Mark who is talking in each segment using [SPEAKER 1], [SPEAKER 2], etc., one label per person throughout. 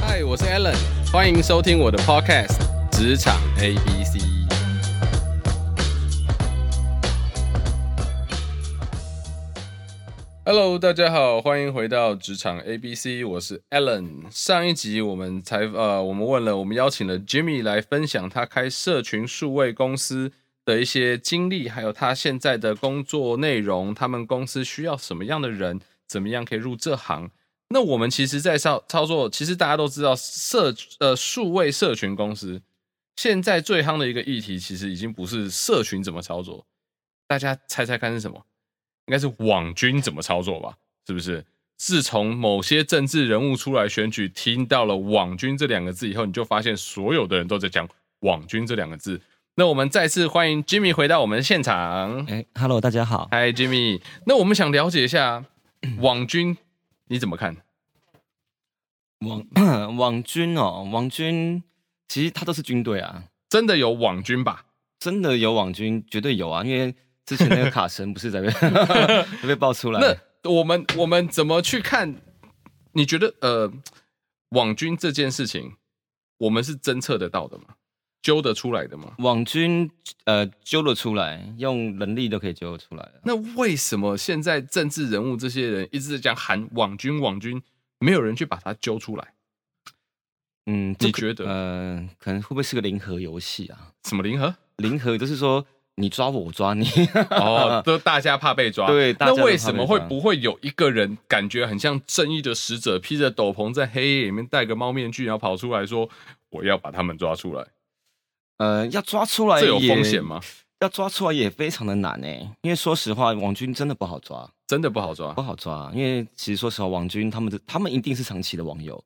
[SPEAKER 1] 嗨，我是 Alan，欢迎收听我的 Podcast《职场 A B C》。Hello，大家好，欢迎回到职场 A B C，我是 Alan。上一集我们才呃，我们问了，我们邀请了 Jimmy 来分享他开社群数位公司的一些经历，还有他现在的工作内容，他们公司需要什么样的人，怎么样可以入这行。那我们其实，在操操作，其实大家都知道，社呃数位社群公司现在最夯的一个议题，其实已经不是社群怎么操作，大家猜猜看是什么？应该是网军怎么操作吧？是不是？自从某些政治人物出来选举，听到了“网军”这两个字以后，你就发现所有的人都在讲“网军”这两个字。那我们再次欢迎 Jimmy 回到我们的现场。
[SPEAKER 2] 哎，Hello，大家好。
[SPEAKER 1] 嗨，Jimmy，那我们想了解一下网军你怎么看？
[SPEAKER 2] 网 网军哦，网军其实他都是军队啊，
[SPEAKER 1] 真的有网军吧？
[SPEAKER 2] 真的有网军，绝对有啊。因为之前那个卡神不是在被 在被 爆出来，
[SPEAKER 1] 那我们我们怎么去看？你觉得呃，网军这件事情，我们是侦测得到的吗？揪得出来的吗？
[SPEAKER 2] 网军呃揪了出来，用人力都可以揪得出来啊。
[SPEAKER 1] 那为什么现在政治人物这些人一直在讲喊网军网军，没有人去把他揪出来？
[SPEAKER 2] 嗯，这
[SPEAKER 1] 你
[SPEAKER 2] 可
[SPEAKER 1] 觉得
[SPEAKER 2] 呃，可能会不会是个零和游戏啊？
[SPEAKER 1] 什么零 和？
[SPEAKER 2] 零和就是说你抓我，我抓你。
[SPEAKER 1] 哦，都大家怕被抓。
[SPEAKER 2] 对大
[SPEAKER 1] 那
[SPEAKER 2] 家都怕被抓
[SPEAKER 1] 为什么会不会有一个人感觉很像正义的使者，披着斗篷在黑夜里面戴个猫面具，然后跑出来说我要把他们抓出来？
[SPEAKER 2] 呃，要抓出来
[SPEAKER 1] 这有
[SPEAKER 2] 也
[SPEAKER 1] 风险吗？
[SPEAKER 2] 要抓出来也非常的难诶、因为说实话，网军真的不好抓。
[SPEAKER 1] 真的不好抓
[SPEAKER 2] 不，好抓，啊因为其实说实话，网军他们的他们一定是长期的网友，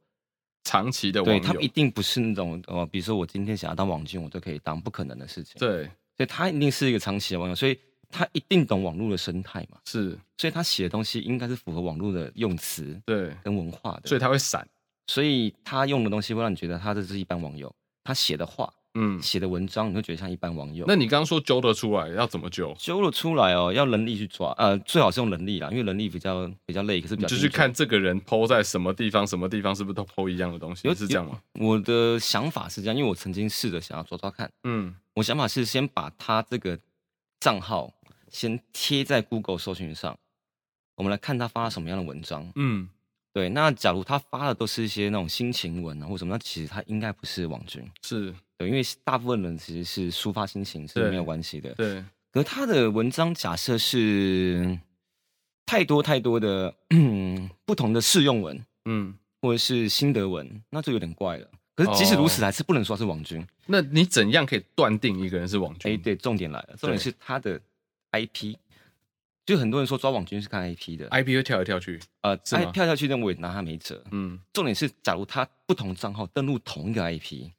[SPEAKER 1] 长期的网
[SPEAKER 2] 对他们一
[SPEAKER 1] 友。
[SPEAKER 2] 定不是那种呃，比如说我今天想要当网军，我都可以当，不可能的事情。，
[SPEAKER 1] 对，
[SPEAKER 2] 所以他一定是一个长期的网友，所以他一定懂网络的生态嘛，
[SPEAKER 1] 是，
[SPEAKER 2] 所以他写的东西应该是符合网络的用词
[SPEAKER 1] 对，
[SPEAKER 2] 跟文化的，
[SPEAKER 1] 所以
[SPEAKER 2] 所以
[SPEAKER 1] 他会闪。
[SPEAKER 2] 他用的东西会让你觉得他这是一般网友，他写的话、
[SPEAKER 1] 嗯，
[SPEAKER 2] 写的文章，你会觉得像一般网友。
[SPEAKER 1] 那你刚刚说揪得出来，要怎么揪？
[SPEAKER 2] 揪了出来哦，要人力去抓，呃，最好是用人力啦，因为人力比较比较累，可是比
[SPEAKER 1] 你
[SPEAKER 2] 较
[SPEAKER 1] 就
[SPEAKER 2] 精
[SPEAKER 1] 去
[SPEAKER 2] 准
[SPEAKER 1] 看这个人剖在什么地方，什么地方是不是都剖一样的东西，是这样吗？？
[SPEAKER 2] 有我的想法是这样，因为我曾经试着想要抓抓看，
[SPEAKER 1] 嗯，
[SPEAKER 2] 我想法是先把他这个账号先贴在 Google 搜寻上，我们来看他发了什么样的文章。
[SPEAKER 1] 嗯，
[SPEAKER 2] 对，那假如他发的都是一些那种心情文啊或什么，那其实他应该不是网军。
[SPEAKER 1] 是
[SPEAKER 2] 对，因为大部分人其实是抒发心情
[SPEAKER 1] 对
[SPEAKER 2] 是没有关系的。
[SPEAKER 1] 对，
[SPEAKER 2] 可是他的文章假设是太多太多的 不同的试用文，
[SPEAKER 1] 嗯。
[SPEAKER 2] 或者是心得文，那就有点怪了。可是即使如此，还是不能说他是网军。
[SPEAKER 1] 那你怎样可以断定一个人是网
[SPEAKER 2] 哎、
[SPEAKER 1] 军？
[SPEAKER 2] 对，重点来了，重点是他的 IP。就很多人说抓网军是看 IP 的，
[SPEAKER 1] ，IP 会跳来跳去。
[SPEAKER 2] 呃，
[SPEAKER 1] 哎是吗
[SPEAKER 2] 哎跳下去，那我也拿他没辙。
[SPEAKER 1] 嗯，
[SPEAKER 2] 重点是，假如他不同账号登录同一个 IP，、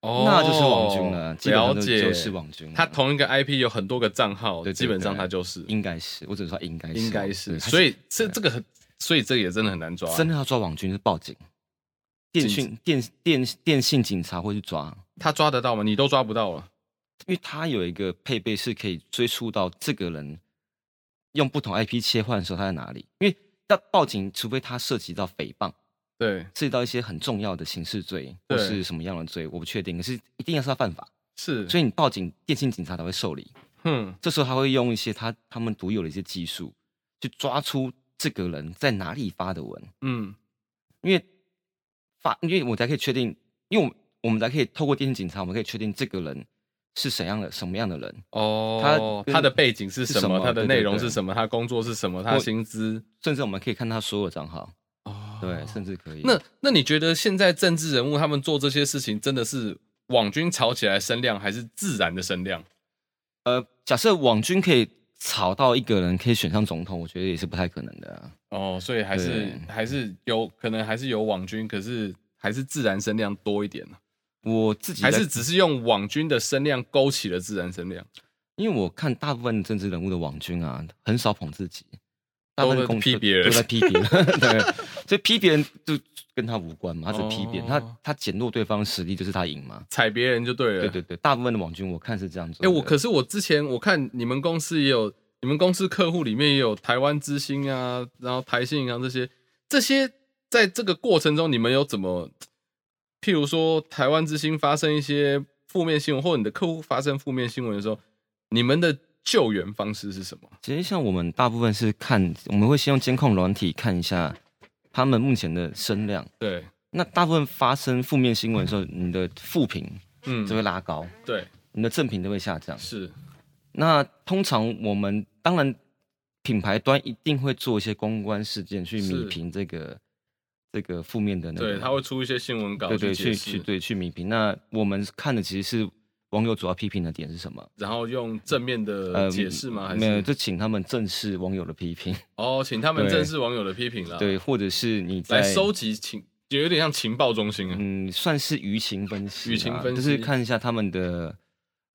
[SPEAKER 1] 哦
[SPEAKER 2] 那就是网军了，基本
[SPEAKER 1] 了
[SPEAKER 2] 上都
[SPEAKER 1] 解，
[SPEAKER 2] 就是网军了。
[SPEAKER 1] 他同一个 IP 有很多个账号，
[SPEAKER 2] 对对
[SPEAKER 1] 基本上
[SPEAKER 2] 对
[SPEAKER 1] 他就是，
[SPEAKER 2] 应该是，我只能说应该是，
[SPEAKER 1] 应该是。
[SPEAKER 2] 对
[SPEAKER 1] 所以这
[SPEAKER 2] 对
[SPEAKER 1] 这个很，所以这也真的很难抓
[SPEAKER 2] 他。真的要抓网军是报警，电讯电电电信警察会去抓，
[SPEAKER 1] 他抓得到吗？你都抓不到了。
[SPEAKER 2] 因为它有一个配备是可以追溯到这个人用不同 IP 切换的时候他在哪里。因为要报警，除非他涉及到诽谤，
[SPEAKER 1] 对，
[SPEAKER 2] 涉及到一些很重要的刑事罪或
[SPEAKER 1] 对
[SPEAKER 2] 是什么样的罪，我不确定。可是一定要是他犯法，
[SPEAKER 1] 是，
[SPEAKER 2] 所以你报警，电信警察才会受理。
[SPEAKER 1] 哼，
[SPEAKER 2] 这时候他会用一些他他们独有的一些技术，去抓出这个人在哪里发的文，
[SPEAKER 1] 嗯，
[SPEAKER 2] 因为发，因为我才可以确定，因为我们我们才可以透过电信警察，我们可以确定这个人是怎样的什么样的人。
[SPEAKER 1] 哦，他
[SPEAKER 2] 他
[SPEAKER 1] 他的背景是什
[SPEAKER 2] 是什
[SPEAKER 1] 么？
[SPEAKER 2] 么
[SPEAKER 1] 他的
[SPEAKER 2] 对对
[SPEAKER 1] 内容
[SPEAKER 2] 对
[SPEAKER 1] 是什么？他工作是什么？他
[SPEAKER 2] 我
[SPEAKER 1] 薪资？
[SPEAKER 2] 甚至我们可以看他所有账号，
[SPEAKER 1] 哦，
[SPEAKER 2] 对，甚至可以。
[SPEAKER 1] 那那你觉得现在政治人物他们做这些事情，真的是网军吵起来声量，还是自然的声量？
[SPEAKER 2] 呃，假设网军可以炒到一个人可以选上总统，我觉得也是不太可能的啊、
[SPEAKER 1] 哦，所以还是
[SPEAKER 2] 对
[SPEAKER 1] 还是有可能还是有网军，可是还是自然声量多一点呢、
[SPEAKER 2] 我自己
[SPEAKER 1] 还
[SPEAKER 2] 在
[SPEAKER 1] 是只是用网军的声量勾起了自然声量，
[SPEAKER 2] 因为我看大部分政治人物的网军啊，很少捧自己，大
[SPEAKER 1] 都
[SPEAKER 2] 部
[SPEAKER 1] 在
[SPEAKER 2] 分攻
[SPEAKER 1] 批别人
[SPEAKER 2] 都在 批别人，对，所以批别人就跟他无关嘛，他只批别人，
[SPEAKER 1] 哦
[SPEAKER 2] 他他减弱对方实力就是他赢嘛。
[SPEAKER 1] 踩别人就对了。
[SPEAKER 2] 对对对，大部分的网军我看是这样子。
[SPEAKER 1] 哎、我可是我之前我看你们公司也有，你们公司客户里面也有台湾之星啊，然后台信银行这些，这些在这个过程中，你们有怎么譬如说台湾之星发生一些负面新闻，或者你的客户发生负面新闻的时候，你们的救援方式是什么？
[SPEAKER 2] 其实像我们大部分是看，我们会先用监控软体看一下他们目前的声量。
[SPEAKER 1] 对，
[SPEAKER 2] 那大部分发生负面新闻的时候，你的负评
[SPEAKER 1] 嗯
[SPEAKER 2] 就，会拉高，
[SPEAKER 1] 对，
[SPEAKER 2] 你的正评都会下降。
[SPEAKER 1] 是，
[SPEAKER 2] 那通常我们当然品牌端一定会做一些公关事件去
[SPEAKER 1] 是
[SPEAKER 2] 弥平这个这个负面的那个，
[SPEAKER 1] 对，他会出一些新闻稿
[SPEAKER 2] 对对
[SPEAKER 1] 解
[SPEAKER 2] 去
[SPEAKER 1] 释
[SPEAKER 2] 去，对去弥平。那我们看的其实是网友主要批评的点是什么？呃
[SPEAKER 1] 然后用正面的呃解释吗？还
[SPEAKER 2] 没有，
[SPEAKER 1] 是
[SPEAKER 2] 就请他们正视网友的批评，
[SPEAKER 1] 哦，请他们
[SPEAKER 2] 对
[SPEAKER 1] 正视网友的批评啦，，
[SPEAKER 2] 对，或者是你在
[SPEAKER 1] 啊来收集情，有点像情报中心啊，
[SPEAKER 2] 嗯，算是舆情分析啦，
[SPEAKER 1] 舆情分析
[SPEAKER 2] 就是看一下他们的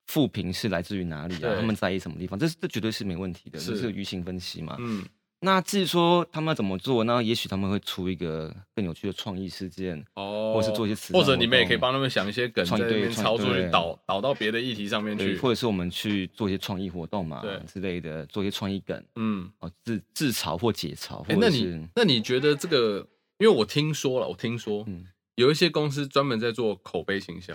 [SPEAKER 2] 负评是来自于哪里
[SPEAKER 1] 对
[SPEAKER 2] 啊，他们在意什么地方，这是这绝对是没问题的，
[SPEAKER 1] 是
[SPEAKER 2] 这是舆情分析嘛。
[SPEAKER 1] 嗯，
[SPEAKER 2] 那至于说他们要怎么做，那也许他们会出一个更有趣的创意事件，
[SPEAKER 1] 哦，
[SPEAKER 2] 或是做一些慈善
[SPEAKER 1] 或者你们也可以
[SPEAKER 2] 活动
[SPEAKER 1] 帮他们想一些梗，在
[SPEAKER 2] 创
[SPEAKER 1] 那
[SPEAKER 2] 对
[SPEAKER 1] 边
[SPEAKER 2] 创
[SPEAKER 1] 操作去
[SPEAKER 2] 对
[SPEAKER 1] 导导到别的议题上面
[SPEAKER 2] 对，
[SPEAKER 1] 去，
[SPEAKER 2] 或者是我们去做一些创意活动嘛
[SPEAKER 1] 对
[SPEAKER 2] 之类的，做一些创意梗
[SPEAKER 1] 嗯。
[SPEAKER 2] 哦，自自嘲或解嘲，
[SPEAKER 1] 哎、
[SPEAKER 2] 或
[SPEAKER 1] 那
[SPEAKER 2] 者
[SPEAKER 1] 你
[SPEAKER 2] 是
[SPEAKER 1] 那你觉得这个？因为我听说了，我听说，
[SPEAKER 2] 嗯
[SPEAKER 1] 有一些公司专门在做口碑行销，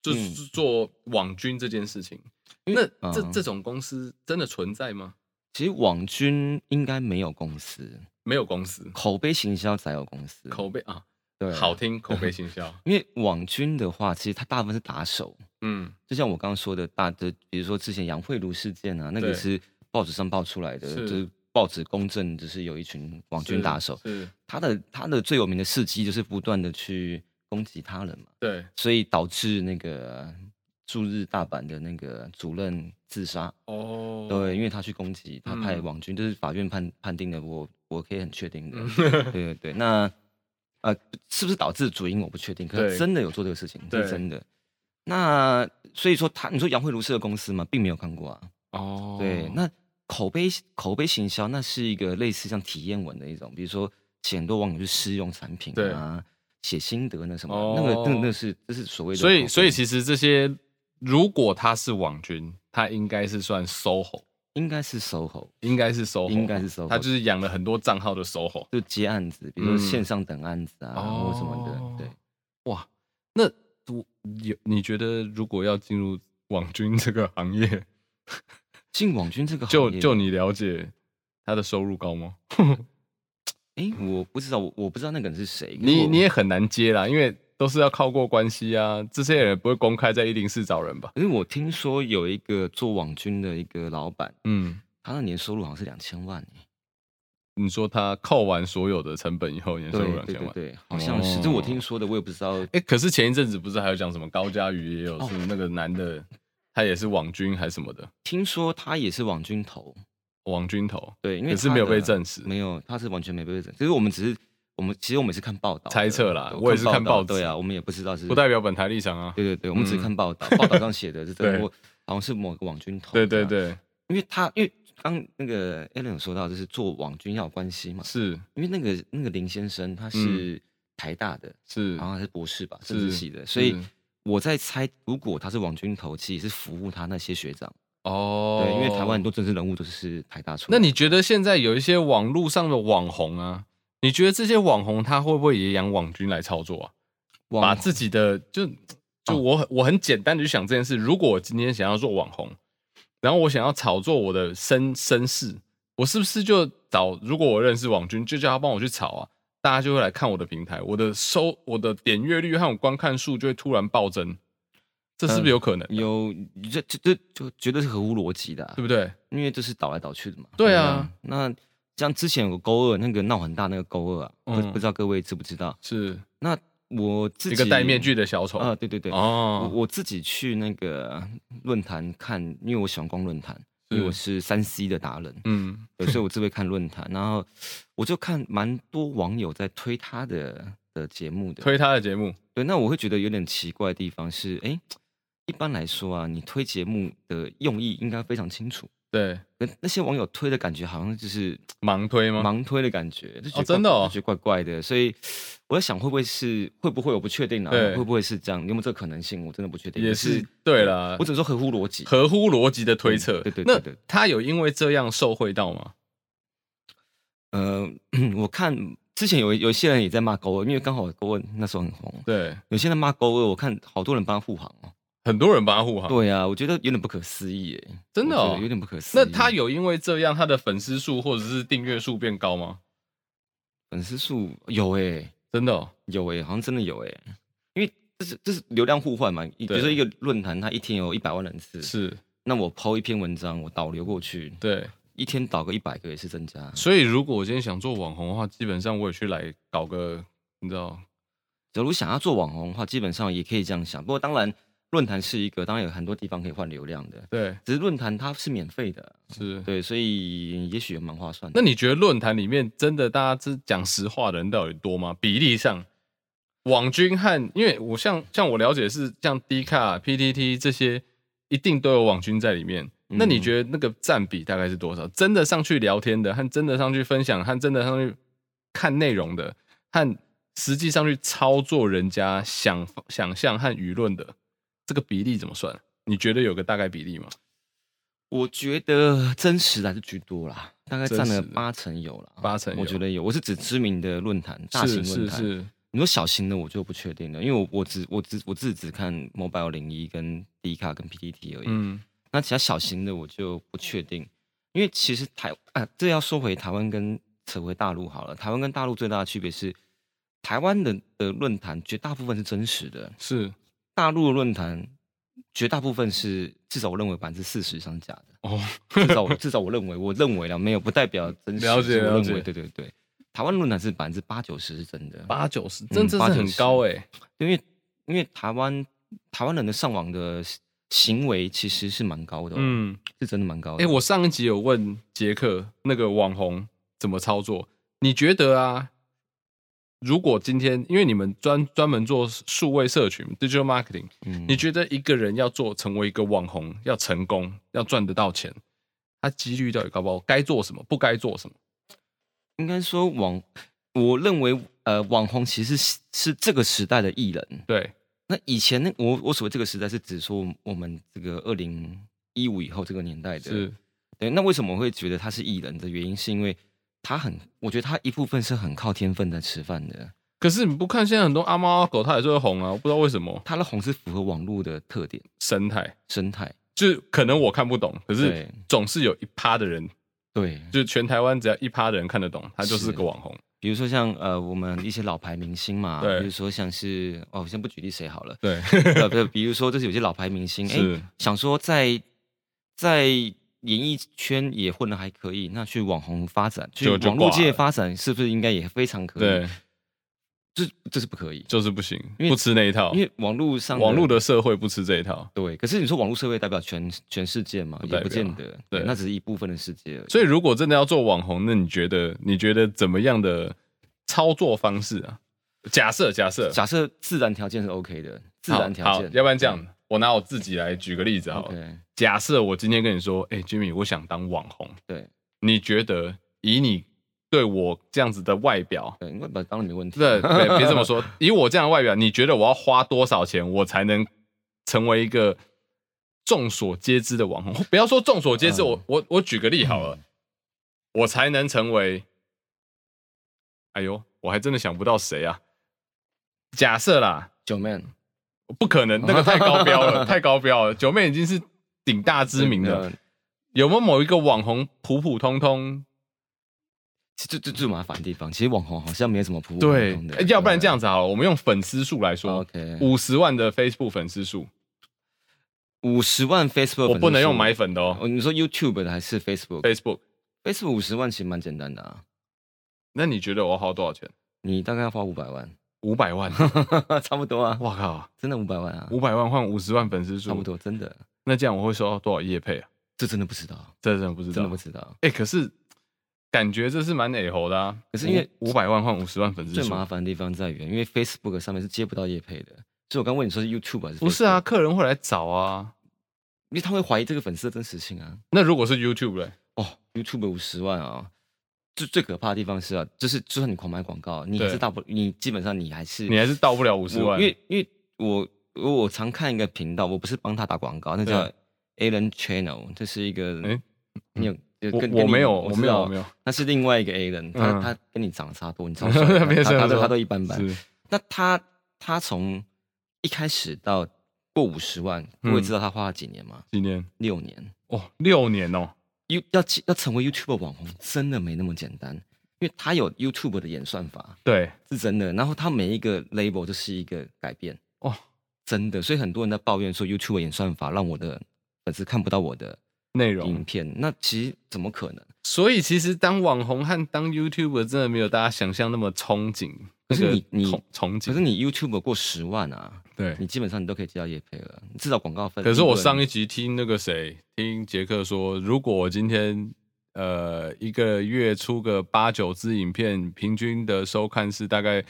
[SPEAKER 1] 就是
[SPEAKER 2] 嗯
[SPEAKER 1] 做网军这件事情。那这、
[SPEAKER 2] 嗯
[SPEAKER 1] 这种公司真的存在吗？
[SPEAKER 2] 其实网军应该没有公司，
[SPEAKER 1] 没有公司
[SPEAKER 2] 口碑行销才有公司，
[SPEAKER 1] 口碑啊，
[SPEAKER 2] 对，
[SPEAKER 1] 好听口碑行销
[SPEAKER 2] 因为网军的话，其实它大部分是打手，
[SPEAKER 1] 嗯，
[SPEAKER 2] 就像我刚刚说的大的，比如说之前杨慧茹事件啊，那
[SPEAKER 1] 对
[SPEAKER 2] 个是报纸上爆出来的，
[SPEAKER 1] 是
[SPEAKER 2] 就是报纸公正，就是有一群网军
[SPEAKER 1] 是
[SPEAKER 2] 打手，
[SPEAKER 1] 是，
[SPEAKER 2] 他的他的最有名的事迹就是不断的去攻击他人嘛，
[SPEAKER 1] 对，
[SPEAKER 2] 所以导致那个驻日大阪的那个主任自杀，
[SPEAKER 1] 哦，
[SPEAKER 2] 对，因为他去攻击，他派
[SPEAKER 1] 嗯
[SPEAKER 2] 网军，这、是法院判判定的，我我可以很确定的，
[SPEAKER 1] 嗯
[SPEAKER 2] 对对对。那呃，是不是导致主因我不确定，可
[SPEAKER 1] 对
[SPEAKER 2] 是真的有做这个事情，
[SPEAKER 1] 对
[SPEAKER 2] 是真的。那所以说他，你说杨慧茹是个公司吗？并没有看过啊。
[SPEAKER 1] 哦，
[SPEAKER 2] 对，那口碑口碑行销，那是一个类似像体验文的一种，比如说请很多网友去试用产品
[SPEAKER 1] 对
[SPEAKER 2] 啊，写心得那什么，啊
[SPEAKER 1] 哦
[SPEAKER 2] 那个那那是这是所谓的口
[SPEAKER 1] 所
[SPEAKER 2] 碑。
[SPEAKER 1] 以所以其实这些，如果他是网军，他应该是算 SOHO，
[SPEAKER 2] 应该是 SOHO，
[SPEAKER 1] 应该是 SOHO，
[SPEAKER 2] 应该是 SOHO
[SPEAKER 1] 他就是养了很多账号的 SOHO。
[SPEAKER 2] 就接案子，比如说
[SPEAKER 1] 嗯哦
[SPEAKER 2] 线上等案子啊，或什么的，对。，
[SPEAKER 1] 哇，那我有你觉得如果要进入网军这个行业，
[SPEAKER 2] 进网军这个
[SPEAKER 1] 就
[SPEAKER 2] 行业
[SPEAKER 1] 就你了解，他的收入高吗？
[SPEAKER 2] 诶，我不知道，我我不知道那个人是谁。可是
[SPEAKER 1] 你
[SPEAKER 2] 我
[SPEAKER 1] 你也很难接啦，因为都是要靠过关系啊，这些人不会公开在一零四找人吧？
[SPEAKER 2] 可是我听说有一个做网军的一个老板，
[SPEAKER 1] 嗯，
[SPEAKER 2] 他那年收入好像是两千万耶，
[SPEAKER 1] 你说他扣完所有的成本以后，年收入
[SPEAKER 2] 对
[SPEAKER 1] 两
[SPEAKER 2] 对
[SPEAKER 1] 千
[SPEAKER 2] 对
[SPEAKER 1] 万。
[SPEAKER 2] 对，好像是，这
[SPEAKER 1] 哦
[SPEAKER 2] 我听说的，我也不知道。
[SPEAKER 1] 哎、可是前一阵子不是还有讲什么高佳瑜也有
[SPEAKER 2] 哦
[SPEAKER 1] 是那个男的，他也是网军还是什么的
[SPEAKER 2] 听说他也是网军头，
[SPEAKER 1] 网军头，
[SPEAKER 2] 对，因为
[SPEAKER 1] 可是
[SPEAKER 2] 他
[SPEAKER 1] 没有
[SPEAKER 2] 的
[SPEAKER 1] 被证实
[SPEAKER 2] 没有，他是完全没被证实。其实我们只是我们其实我们是看报道的，
[SPEAKER 1] 猜测啦
[SPEAKER 2] 对
[SPEAKER 1] 我也是看报纸
[SPEAKER 2] 对啊，我们也不知道是
[SPEAKER 1] 不代表本台立场啊。
[SPEAKER 2] 对对对，我们只
[SPEAKER 1] 嗯
[SPEAKER 2] 是看报道， 报道上写的是真
[SPEAKER 1] 对
[SPEAKER 2] 的，我好像是某个网军头。
[SPEAKER 1] 对对，对，
[SPEAKER 2] 因为他因为刚那个 Alan 有说到，就是做网军要有关系嘛，
[SPEAKER 1] 是
[SPEAKER 2] 因为那个那个林先生他是台大的，
[SPEAKER 1] 嗯是，
[SPEAKER 2] 然后他是博士吧，
[SPEAKER 1] 是
[SPEAKER 2] 政治系的，所以
[SPEAKER 1] 是
[SPEAKER 2] 我在猜，如果他是网军头，其实是服务他那些学长，
[SPEAKER 1] 哦，
[SPEAKER 2] 对，因为台湾很。多政治人物都是台大出
[SPEAKER 1] 那
[SPEAKER 2] 来的。
[SPEAKER 1] 你觉得现在有一些网络上的网红啊，你觉得这些网红他会不会也养网军来操作啊？
[SPEAKER 2] 网
[SPEAKER 1] 把自己的就就我很我很简单的去想这件事，如果我今天想要做网红，然后我想要炒作我的身身世，我是不是就找如果我认识网军，就叫他帮我去炒啊？大家就会来看我的平台，我的收我的点阅率和我观看数就会突然暴增，这是不是有可能？
[SPEAKER 2] 有这这这就绝对是合乎逻辑的啊、
[SPEAKER 1] 对不对？
[SPEAKER 2] 因为这是倒来倒去的嘛。
[SPEAKER 1] 对啊
[SPEAKER 2] 不对，那像之前有个勾二，那个闹很大那个勾二啊，不、
[SPEAKER 1] 嗯
[SPEAKER 2] 不知道各位知不知道？
[SPEAKER 1] 是
[SPEAKER 2] 那我自
[SPEAKER 1] 一
[SPEAKER 2] 己
[SPEAKER 1] 个戴面具的小丑
[SPEAKER 2] 啊，对对对，我
[SPEAKER 1] 哦，
[SPEAKER 2] 我自己去那个论坛看，因为我喜欢逛论坛，因为我是三 C 的达人，
[SPEAKER 1] 嗯，
[SPEAKER 2] 对所以我这边看论坛，然后我就看蛮多网友在推他的的节目的。
[SPEAKER 1] 推他的节目，
[SPEAKER 2] 对，那我会觉得有点奇怪的地方是，哎，一般来说啊，你推节目的用意应该非常清楚，
[SPEAKER 1] 对，
[SPEAKER 2] 那那些网友推的感觉好像就是
[SPEAKER 1] 盲推吗？
[SPEAKER 2] 盲推的感觉，就觉得
[SPEAKER 1] 哦真的哦
[SPEAKER 2] 怪就觉得怪怪的，所以我在想会不会是会不会我不确定啊，
[SPEAKER 1] 对
[SPEAKER 2] 会不会是这样？有没有这个可能性？我真的不确定。
[SPEAKER 1] 也
[SPEAKER 2] 可
[SPEAKER 1] 是对啦
[SPEAKER 2] 我只能说合乎逻辑。
[SPEAKER 1] 合乎逻辑的推测。
[SPEAKER 2] 嗯对对
[SPEAKER 1] 那
[SPEAKER 2] 对对
[SPEAKER 1] 他有因为这样受贿到吗？
[SPEAKER 2] 呃，我看之前有有一些人也在骂勾二，因为刚好勾二那时候很红，
[SPEAKER 1] 对，
[SPEAKER 2] 有些人骂勾二，我看好多人帮他护航哦。
[SPEAKER 1] 很多人帮他护航。
[SPEAKER 2] 对啊，我觉得有点不可思议耶，
[SPEAKER 1] 真的
[SPEAKER 2] 我
[SPEAKER 1] 哦
[SPEAKER 2] 觉得有点不可思议。
[SPEAKER 1] 那他有因为这样他的粉丝数或者是订阅数变高吗？
[SPEAKER 2] 粉丝数有哎，
[SPEAKER 1] 真的、哦，
[SPEAKER 2] 有哎，好像真的有哎，因为这是这是流量互换嘛，比如说一个论坛，它一天有一百万人次，
[SPEAKER 1] 是
[SPEAKER 2] 那我抛一篇文章，我导流过去，
[SPEAKER 1] 对。
[SPEAKER 2] 一天导个一百个也是增加，
[SPEAKER 1] 所以如果我今天想做网红的话，基本上我也去来搞个，你知道，
[SPEAKER 2] 假如想要做网红的话，基本上也可以这样想。不过当然，论坛是一个，当然有很多地方可以换流量的。
[SPEAKER 1] 对，
[SPEAKER 2] 只是论坛它是免费的，
[SPEAKER 1] 是。
[SPEAKER 2] 对，所以也许也蛮划算的。
[SPEAKER 1] 那你觉得论坛里面真的大家只讲实话的人到底多吗？比例上，网军和因为我像像我了解是像 D 卡、PTT 啊这些，一定都有网军在里面。那你
[SPEAKER 2] 嗯
[SPEAKER 1] 觉得那个占比大概是多少？真的上去聊天的，和真的上去分享，和真的上去看内容的，和实际上去操作人家想想象和舆论的这个比例怎么算？你觉得有个大概比例吗？
[SPEAKER 2] 我觉得真实还是居多啦，大概
[SPEAKER 1] 真
[SPEAKER 2] 占了
[SPEAKER 1] 实的
[SPEAKER 2] 八成有啦。
[SPEAKER 1] 八成有
[SPEAKER 2] 我觉得有。我是指知名的论坛，大型
[SPEAKER 1] 是是
[SPEAKER 2] 论坛。
[SPEAKER 1] 是，
[SPEAKER 2] 你说小型的我就不确定了，因为我我只我只我自己只看 Mobile 零一跟 D 卡跟 PTT 而已。
[SPEAKER 1] 嗯，
[SPEAKER 2] 那其他小型的我就不确定，因为其实台啊，这要说回台湾跟扯回大陆好了。台湾跟大陆最大的区别是，台湾的的论坛绝大部分是真实的，
[SPEAKER 1] 是
[SPEAKER 2] 大陆的论坛绝大部分是至少我认为百分之四十以上 假的。
[SPEAKER 1] 哦，
[SPEAKER 2] 至少我至少我认为，我认为了没有不代表真实。
[SPEAKER 1] 了解
[SPEAKER 2] 是我认
[SPEAKER 1] 了解哦
[SPEAKER 2] 为对对对，台湾论坛是百分之八九十是真的，
[SPEAKER 1] 八九十，真真是
[SPEAKER 2] 嗯八九
[SPEAKER 1] 很
[SPEAKER 2] 十
[SPEAKER 1] 高哎、
[SPEAKER 2] 因为因为台湾台湾人的上网的行为其实是蛮高的、哦，嗯，
[SPEAKER 1] 嗯，
[SPEAKER 2] 是真的蛮高的。
[SPEAKER 1] 哎、我上一集有问杰克那个网红怎么操作，你觉得啊？如果今天因为你们专专门做数位社群 digital marketing，
[SPEAKER 2] 嗯
[SPEAKER 1] 你觉得一个人要做成为一个网红，要成功，要赚得到钱，他几率到底高不高？该做什么，不该做什么？
[SPEAKER 2] 应该说网，我认为呃，网红其实是是这个时代的艺人。
[SPEAKER 1] 对，
[SPEAKER 2] 那以前那我我所谓这个时代是指说我们这个二零一五以后这个年代的。
[SPEAKER 1] 是
[SPEAKER 2] 对，那为什么我会觉得他是艺人的原因，是因为他很，我觉得他一部分是很靠天分在吃饭的。
[SPEAKER 1] 可是你不看现在很多阿猫阿狗，它也是会红啊，我不知道为什么
[SPEAKER 2] 他的红是符合网络的特点
[SPEAKER 1] 生态，
[SPEAKER 2] 生态。
[SPEAKER 1] 就是可能我看不懂，可是
[SPEAKER 2] 对
[SPEAKER 1] 总是有一趴的人，
[SPEAKER 2] 对，
[SPEAKER 1] 就是全台湾只要一趴的人看得懂，他就是
[SPEAKER 2] 是
[SPEAKER 1] 个网红。
[SPEAKER 2] 比如说像呃，我们一些老牌明星嘛，
[SPEAKER 1] 对
[SPEAKER 2] 比如说像是哦，我先不举例谁好 了，
[SPEAKER 1] 对，
[SPEAKER 2] 呃，不，比如说就是有些老牌明星，哎、
[SPEAKER 1] 是
[SPEAKER 2] 想说在在演艺圈也混得还可以，那去网红发展，去
[SPEAKER 1] 就就
[SPEAKER 2] 网络
[SPEAKER 1] 挂
[SPEAKER 2] 界
[SPEAKER 1] 了
[SPEAKER 2] 发展，是不是应该也非常可以？
[SPEAKER 1] 对，
[SPEAKER 2] 这这是不可以，
[SPEAKER 1] 就是不行，
[SPEAKER 2] 嗯因为
[SPEAKER 1] 不吃那一套
[SPEAKER 2] 因。为网络上
[SPEAKER 1] 网络的社会不吃这一套，
[SPEAKER 2] 对，可是你说网络社会代表全全世界嘛，
[SPEAKER 1] 代
[SPEAKER 2] 也不
[SPEAKER 1] 表
[SPEAKER 2] 见得，
[SPEAKER 1] 对
[SPEAKER 2] 那只是一部分的世界而已。
[SPEAKER 1] 所以如果真的要做网红，那你觉得你觉得怎么样的操作方式啊？假设假设
[SPEAKER 2] 假设自然条件是 OK 的，自
[SPEAKER 1] 好
[SPEAKER 2] 然条
[SPEAKER 1] 好
[SPEAKER 2] 件，
[SPEAKER 1] 要不然这样，我拿我自己来举个例子
[SPEAKER 2] 对
[SPEAKER 1] 好了。
[SPEAKER 2] ，OK，
[SPEAKER 1] 假设我今天跟你说，哎，Jimmy，我想当网红，
[SPEAKER 2] 对
[SPEAKER 1] 你觉得以你对我这样子的外表，
[SPEAKER 2] 对，因为本当然没问 题。
[SPEAKER 1] 对对，别这么说。以我这样的外表，你觉得我要花多少钱，我才能成为一个众所皆知的网红？ 不要说众所皆知，
[SPEAKER 2] 嗯
[SPEAKER 1] 我我我举个例好了，我才能成为……哎呦，我还真的想不到谁啊。假设啦，
[SPEAKER 2] 九 man
[SPEAKER 1] 不可能，那个太高标 了，太高标了。九妹已经是顶大知名
[SPEAKER 2] 对
[SPEAKER 1] 的
[SPEAKER 2] 没有，
[SPEAKER 1] 有没有某一个网红普嗯普通通
[SPEAKER 2] 其实最最最麻烦的地方，其实网红好像没有什么普普通
[SPEAKER 1] 对
[SPEAKER 2] 通的，
[SPEAKER 1] 呃要不然这样子好了，我们用粉丝数来说
[SPEAKER 2] OK
[SPEAKER 1] 五十万的 Facebook 粉丝数，
[SPEAKER 2] 五十万 Facebook，
[SPEAKER 1] 我不能用买
[SPEAKER 2] 粉
[SPEAKER 1] 粉的
[SPEAKER 2] 丝数。
[SPEAKER 1] 哦。
[SPEAKER 2] 哦，你说 YouTube 的还是 Facebook？Facebook
[SPEAKER 1] Facebook，
[SPEAKER 2] Facebook 五十万其实蛮简单的啊，
[SPEAKER 1] 那你觉得我要花多少钱？
[SPEAKER 2] 你大概要花五百万，
[SPEAKER 1] 五百万，
[SPEAKER 2] 差不多啊，
[SPEAKER 1] 哇靠，
[SPEAKER 2] 真的五百万啊，
[SPEAKER 1] 五百万换五十万粉丝数，
[SPEAKER 2] 差不。多，真的，
[SPEAKER 1] 那这样我会收到多少业配啊？
[SPEAKER 2] 这真的不知道，
[SPEAKER 1] 这真的不知
[SPEAKER 2] 真的
[SPEAKER 1] 道
[SPEAKER 2] 不。知道。
[SPEAKER 1] 哎，可是感觉这是蛮美猴的啊。
[SPEAKER 2] 可是因为
[SPEAKER 1] 五百万换五十万粉丝
[SPEAKER 2] 最
[SPEAKER 1] 数，
[SPEAKER 2] 麻烦的地方在于，因为 Facebook 上面是接不到业配的，所以我刚问你说是 YouTube 还是
[SPEAKER 1] 不是啊？
[SPEAKER 2] Facebook，
[SPEAKER 1] 客人会来找啊。
[SPEAKER 2] 因为他会怀疑这个粉丝的真实性啊。
[SPEAKER 1] 那如果是 YouTube 嘞？
[SPEAKER 2] 哦，YouTube 五十万啊，最最可怕的地方是啊，就是就算你狂买广告，你还
[SPEAKER 1] 对
[SPEAKER 2] 是大不，你基本上你还是
[SPEAKER 1] 你还是到不了五十
[SPEAKER 2] 我
[SPEAKER 1] 万，
[SPEAKER 2] 因为因为我我我常看一个频道，我不是帮他打广告，那叫 Alan Channel，这是一个、
[SPEAKER 1] 诶嗯
[SPEAKER 2] 你有就
[SPEAKER 1] 我
[SPEAKER 2] 跟
[SPEAKER 1] 我没有，
[SPEAKER 2] 我
[SPEAKER 1] 我
[SPEAKER 2] 知
[SPEAKER 1] 没有，啊
[SPEAKER 2] 道
[SPEAKER 1] 我没有，
[SPEAKER 2] 那是另外一个 A 人，他、
[SPEAKER 1] 嗯，
[SPEAKER 2] 他跟你长得差不多，你超帅的
[SPEAKER 1] 别这
[SPEAKER 2] 他他
[SPEAKER 1] 样
[SPEAKER 2] 都
[SPEAKER 1] 说
[SPEAKER 2] 他都一般般。
[SPEAKER 1] 是
[SPEAKER 2] 那他他从一开始到过五十万，
[SPEAKER 1] 嗯
[SPEAKER 2] 各位知道他花了几年吗？
[SPEAKER 1] 几年？
[SPEAKER 2] 六年。
[SPEAKER 1] 哦，六年哦，
[SPEAKER 2] You 要起要成为 YouTube 网红，真的没那么简单，因为他有 YouTube 的演算法，
[SPEAKER 1] 对，
[SPEAKER 2] 是真的。然后他每一个 label 就是一个改变，
[SPEAKER 1] 哦，
[SPEAKER 2] 真的。所以很多人在抱怨说 YouTube 的演算法让我的粉丝看不到我的
[SPEAKER 1] 内
[SPEAKER 2] 影
[SPEAKER 1] 容。
[SPEAKER 2] 片，那其实怎么可能？
[SPEAKER 1] 所以其实当网红和当 YouTuber 真的没有大家想象那么憧憬，
[SPEAKER 2] 可是
[SPEAKER 1] 那个
[SPEAKER 2] 你你
[SPEAKER 1] 憧憧
[SPEAKER 2] 可是
[SPEAKER 1] 憬，
[SPEAKER 2] 你 YouTube 过十万啊，
[SPEAKER 1] 对。
[SPEAKER 2] 你基本上你都可以接到业配了，你至少广告费。
[SPEAKER 1] 可是我上
[SPEAKER 2] 一
[SPEAKER 1] 一集听那个谁，听杰克说，如果我今天呃一个月出个八九支影片，平均的收看是大概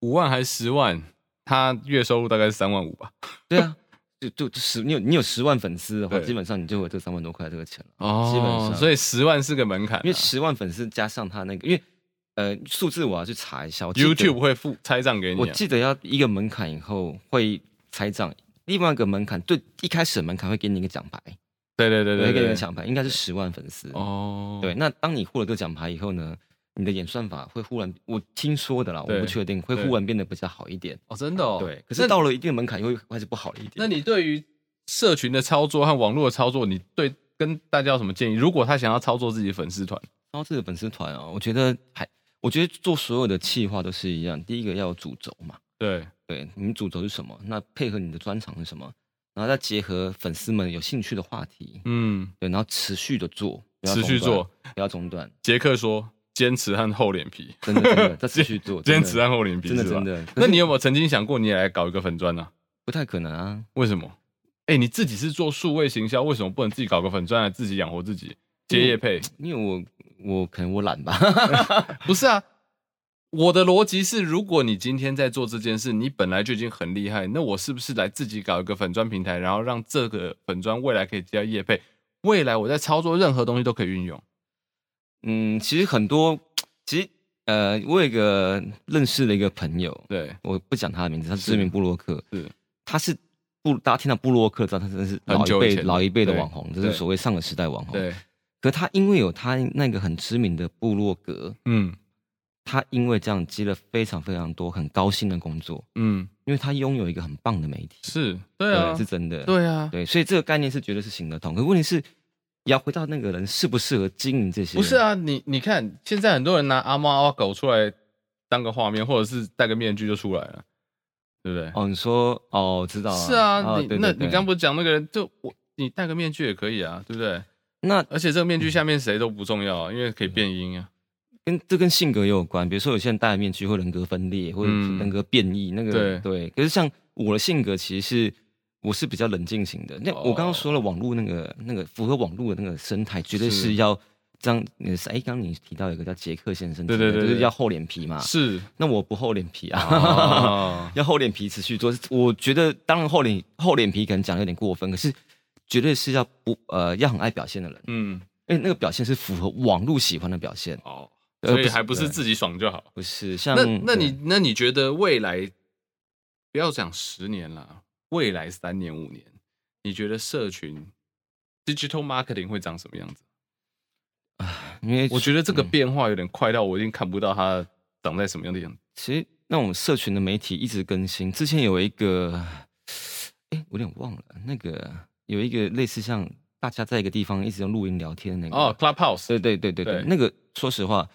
[SPEAKER 1] 五万还是十万，他月收入大概是三万五吧。
[SPEAKER 2] 对啊，就就就十，你有你有十万粉丝的话，
[SPEAKER 1] 对
[SPEAKER 2] 基本上你就有这三万多块这个钱了。
[SPEAKER 1] 哦
[SPEAKER 2] 基本上
[SPEAKER 1] 所以十万是个门槛啊、
[SPEAKER 2] 因为十万粉丝加上他那个，因为呃数字我要去查一下我记得
[SPEAKER 1] YouTube 会付拆账给你、
[SPEAKER 2] 我
[SPEAKER 1] 啊。
[SPEAKER 2] 记得要一个门槛以后会拆账，另外一个门槛对一开始的门槛会给你一个奖牌，
[SPEAKER 1] 对对对
[SPEAKER 2] 有
[SPEAKER 1] 对
[SPEAKER 2] 一个人
[SPEAKER 1] 对，
[SPEAKER 2] 奖牌应该是十万粉丝。
[SPEAKER 1] 哦，
[SPEAKER 2] 对，那当你获得这个奖牌以后呢，你的演算法会忽然，我听说的啦，
[SPEAKER 1] 对
[SPEAKER 2] 我不确定，会
[SPEAKER 1] 对
[SPEAKER 2] 忽然变得比较好一点。
[SPEAKER 1] 哦，真的哦。
[SPEAKER 2] 对，可是
[SPEAKER 1] 那
[SPEAKER 2] 到了一定的门槛又会开始不好了一点。
[SPEAKER 1] 那你对于社群的操作和网络的操作，你对跟大家有什么建议？如果他想要操作自己的粉丝团，
[SPEAKER 2] 然后这个粉丝团啊，我觉得还，我觉得做所有的企划都是一样，第一个要有主轴嘛，
[SPEAKER 1] 对，
[SPEAKER 2] 对，你们主轴是什么？那配合你的专长是什么？然后再结合粉丝们有兴趣的话题，
[SPEAKER 1] 嗯，
[SPEAKER 2] 对，然后持续的做，不要
[SPEAKER 1] 持续
[SPEAKER 2] 中断
[SPEAKER 1] 做，。
[SPEAKER 2] 不要中断，
[SPEAKER 1] 杰克说：“坚持和厚脸皮，
[SPEAKER 2] 真的 真的，再持续做，真
[SPEAKER 1] 坚
[SPEAKER 2] 的
[SPEAKER 1] 持和厚脸皮，
[SPEAKER 2] 真的真
[SPEAKER 1] 的。
[SPEAKER 2] 的，可
[SPEAKER 1] 那
[SPEAKER 2] 是
[SPEAKER 1] 你有没有曾经想过，你也来搞一个粉砖呢？
[SPEAKER 2] 不太可能啊，
[SPEAKER 1] 为什么？哎、你自己是做数位行销，为什么不能自己搞个粉砖来自己养活自己，接业配？
[SPEAKER 2] 因为我我可能我懒吧，
[SPEAKER 1] 不是啊。”我的逻辑是，如果你今天在做这件事，你本来就已经很厉害，那我是不是来自己搞一个粉砖平台，然后让这个粉砖未来可以接到业配，未来我在操作任何东西都可以运用？
[SPEAKER 2] 嗯，其实很多，其实呃，我有一个认识的一个朋友，
[SPEAKER 1] 对，
[SPEAKER 2] 我不讲他的名字，他是
[SPEAKER 1] 是
[SPEAKER 2] 知名布洛克，
[SPEAKER 1] 是，
[SPEAKER 2] 他是布，大家听到布洛克知道他真的是
[SPEAKER 1] 很
[SPEAKER 2] 老一
[SPEAKER 1] 久以
[SPEAKER 2] 辈
[SPEAKER 1] 前
[SPEAKER 2] 老一辈的
[SPEAKER 1] 对
[SPEAKER 2] 网红，就
[SPEAKER 1] 对
[SPEAKER 2] 是所谓上个时代网红。
[SPEAKER 1] 对，
[SPEAKER 2] 可他因为有他那个很知名的部落格，
[SPEAKER 1] 嗯
[SPEAKER 2] 他因为这样接了非常非常多很高薪的工作，
[SPEAKER 1] 嗯，
[SPEAKER 2] 因为他拥有一个很棒的媒体，
[SPEAKER 1] 是对啊，
[SPEAKER 2] 是真的，
[SPEAKER 1] 对啊，
[SPEAKER 2] 对所以这个概念是绝对是行得通。可问题是，也要回到那个人适不适合经营这些，
[SPEAKER 1] 不是，啊，你你看，现在很多人拿阿猫阿狗出来当个画面，或者是戴个面具就出来了，对不对？
[SPEAKER 2] 哦，你说哦，知道啊，
[SPEAKER 1] 是啊，
[SPEAKER 2] 哦
[SPEAKER 1] 你
[SPEAKER 2] 对
[SPEAKER 1] 那
[SPEAKER 2] 对对
[SPEAKER 1] 你刚不是讲那个人，就我你戴个面具也可以啊，对不对？
[SPEAKER 2] 那
[SPEAKER 1] 而且这个面具下面谁都不重要啊，因为可以变音啊。
[SPEAKER 2] 跟这跟性格也有关，比如说有些人戴了面具会人格分裂，或者
[SPEAKER 1] 嗯
[SPEAKER 2] 人格变异，那个
[SPEAKER 1] 对
[SPEAKER 2] 可是像我的性格，其实是我是比较冷静型的。那
[SPEAKER 1] 哦
[SPEAKER 2] 我刚刚说了，网络那个那个符合网络的那个生态，绝对
[SPEAKER 1] 是
[SPEAKER 2] 是要这样。呃是哎，刚刚你提到有个叫杰克先生
[SPEAKER 1] 对
[SPEAKER 2] 提的，
[SPEAKER 1] 对对
[SPEAKER 2] 就是
[SPEAKER 1] 对
[SPEAKER 2] 要厚脸皮嘛。
[SPEAKER 1] 是
[SPEAKER 2] 那我不厚脸皮啊，
[SPEAKER 1] 啊，
[SPEAKER 2] 要厚脸皮持续做。我觉得当然厚脸厚脸皮可能讲得有点过分，可是绝对是要不呃要很爱表现的人，
[SPEAKER 1] 嗯，
[SPEAKER 2] 因为那个表现是符合网络喜欢的表现。
[SPEAKER 1] 哦，
[SPEAKER 2] 而
[SPEAKER 1] 所以还不
[SPEAKER 2] 对
[SPEAKER 1] 是自己爽就好。
[SPEAKER 2] 不是像
[SPEAKER 1] 那那
[SPEAKER 2] 对
[SPEAKER 1] 你那你觉得未来，不要讲十年啦，未来三年五年，你觉得社群 digital marketing 会长什么样子？
[SPEAKER 2] 因为
[SPEAKER 1] 我觉得这个
[SPEAKER 2] 嗯
[SPEAKER 1] 变化有点快到我已经看不到它长在什么样的样子。
[SPEAKER 2] 其实那种社群的媒体一直更新，之前有一个，哎，我有点忘了，那个有一个类似像大家在一个地方一直用录音聊天的那个，
[SPEAKER 1] 哦，，Clubhouse，
[SPEAKER 2] 对对对对对
[SPEAKER 1] 对，
[SPEAKER 2] 那个说实话，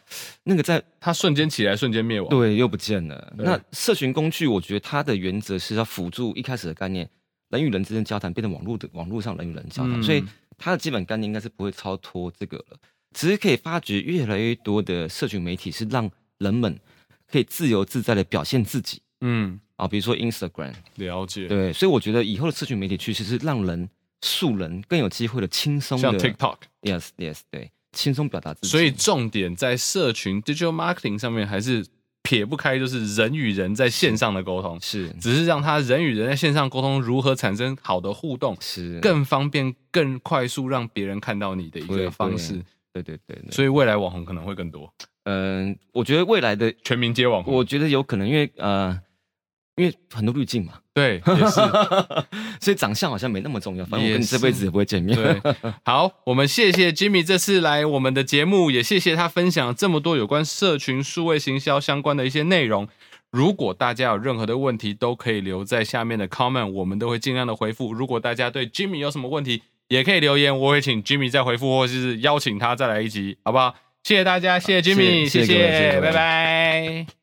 [SPEAKER 2] 那个在
[SPEAKER 1] 它瞬间起来，瞬间灭亡。，
[SPEAKER 2] 对又不见了。
[SPEAKER 1] 对
[SPEAKER 2] 那社群工具，我觉得它的原则是要辅助一开始的概念，人与人之间交谈变成网络的网络上人与人交谈，
[SPEAKER 1] 嗯
[SPEAKER 2] 所以它的基本概念应该是不会超脱这个了。只是可以发掘越来越多的社群媒体是让人们可以自由自在的表现自己
[SPEAKER 1] 嗯，
[SPEAKER 2] 啊，比如说 Instagram，
[SPEAKER 1] 了解。，
[SPEAKER 2] 对，所以我觉得以后的社群媒体趋势是让人素人更有机会的轻松
[SPEAKER 1] 像
[SPEAKER 2] 的
[SPEAKER 1] TikTok，
[SPEAKER 2] ，yes yes，对，轻松表达自己，
[SPEAKER 1] 所以重点在社群 digital marketing 上面，还是撇不开就是人与人在线上的沟通，
[SPEAKER 2] 是
[SPEAKER 1] 只是让他人与人在线上沟通如何产生好的互动，
[SPEAKER 2] 是
[SPEAKER 1] 更方便、更快速让别人看到你的一
[SPEAKER 2] 对
[SPEAKER 1] 个方式
[SPEAKER 2] 对。对对对对，
[SPEAKER 1] 所以未来网红可能会更多，
[SPEAKER 2] 嗯、我觉得未来的
[SPEAKER 1] 全民皆网红。
[SPEAKER 2] 我觉得有可能，因为呃，因为很多滤镜嘛，
[SPEAKER 1] 对，也 是
[SPEAKER 2] 所以长相好像没那么重要。反正我跟你
[SPEAKER 1] 也是
[SPEAKER 2] 这辈子也不会见面。
[SPEAKER 1] 对。好，我们谢谢 Jimmy 这次来我们的节目，也谢谢他分享这么多有关社群数位行销相关的一些内容。如果大家有任何的问题，都可以留在下面的 comment，我们都会尽量的回复。如果大家对 Jimmy 有什么问题，也可以留言，我会请 Jimmy 再回复，或是邀请他再来一集，好不好？谢谢大家，谢谢 Jimmy，
[SPEAKER 2] 谢谢各位谢谢各位
[SPEAKER 1] 拜拜。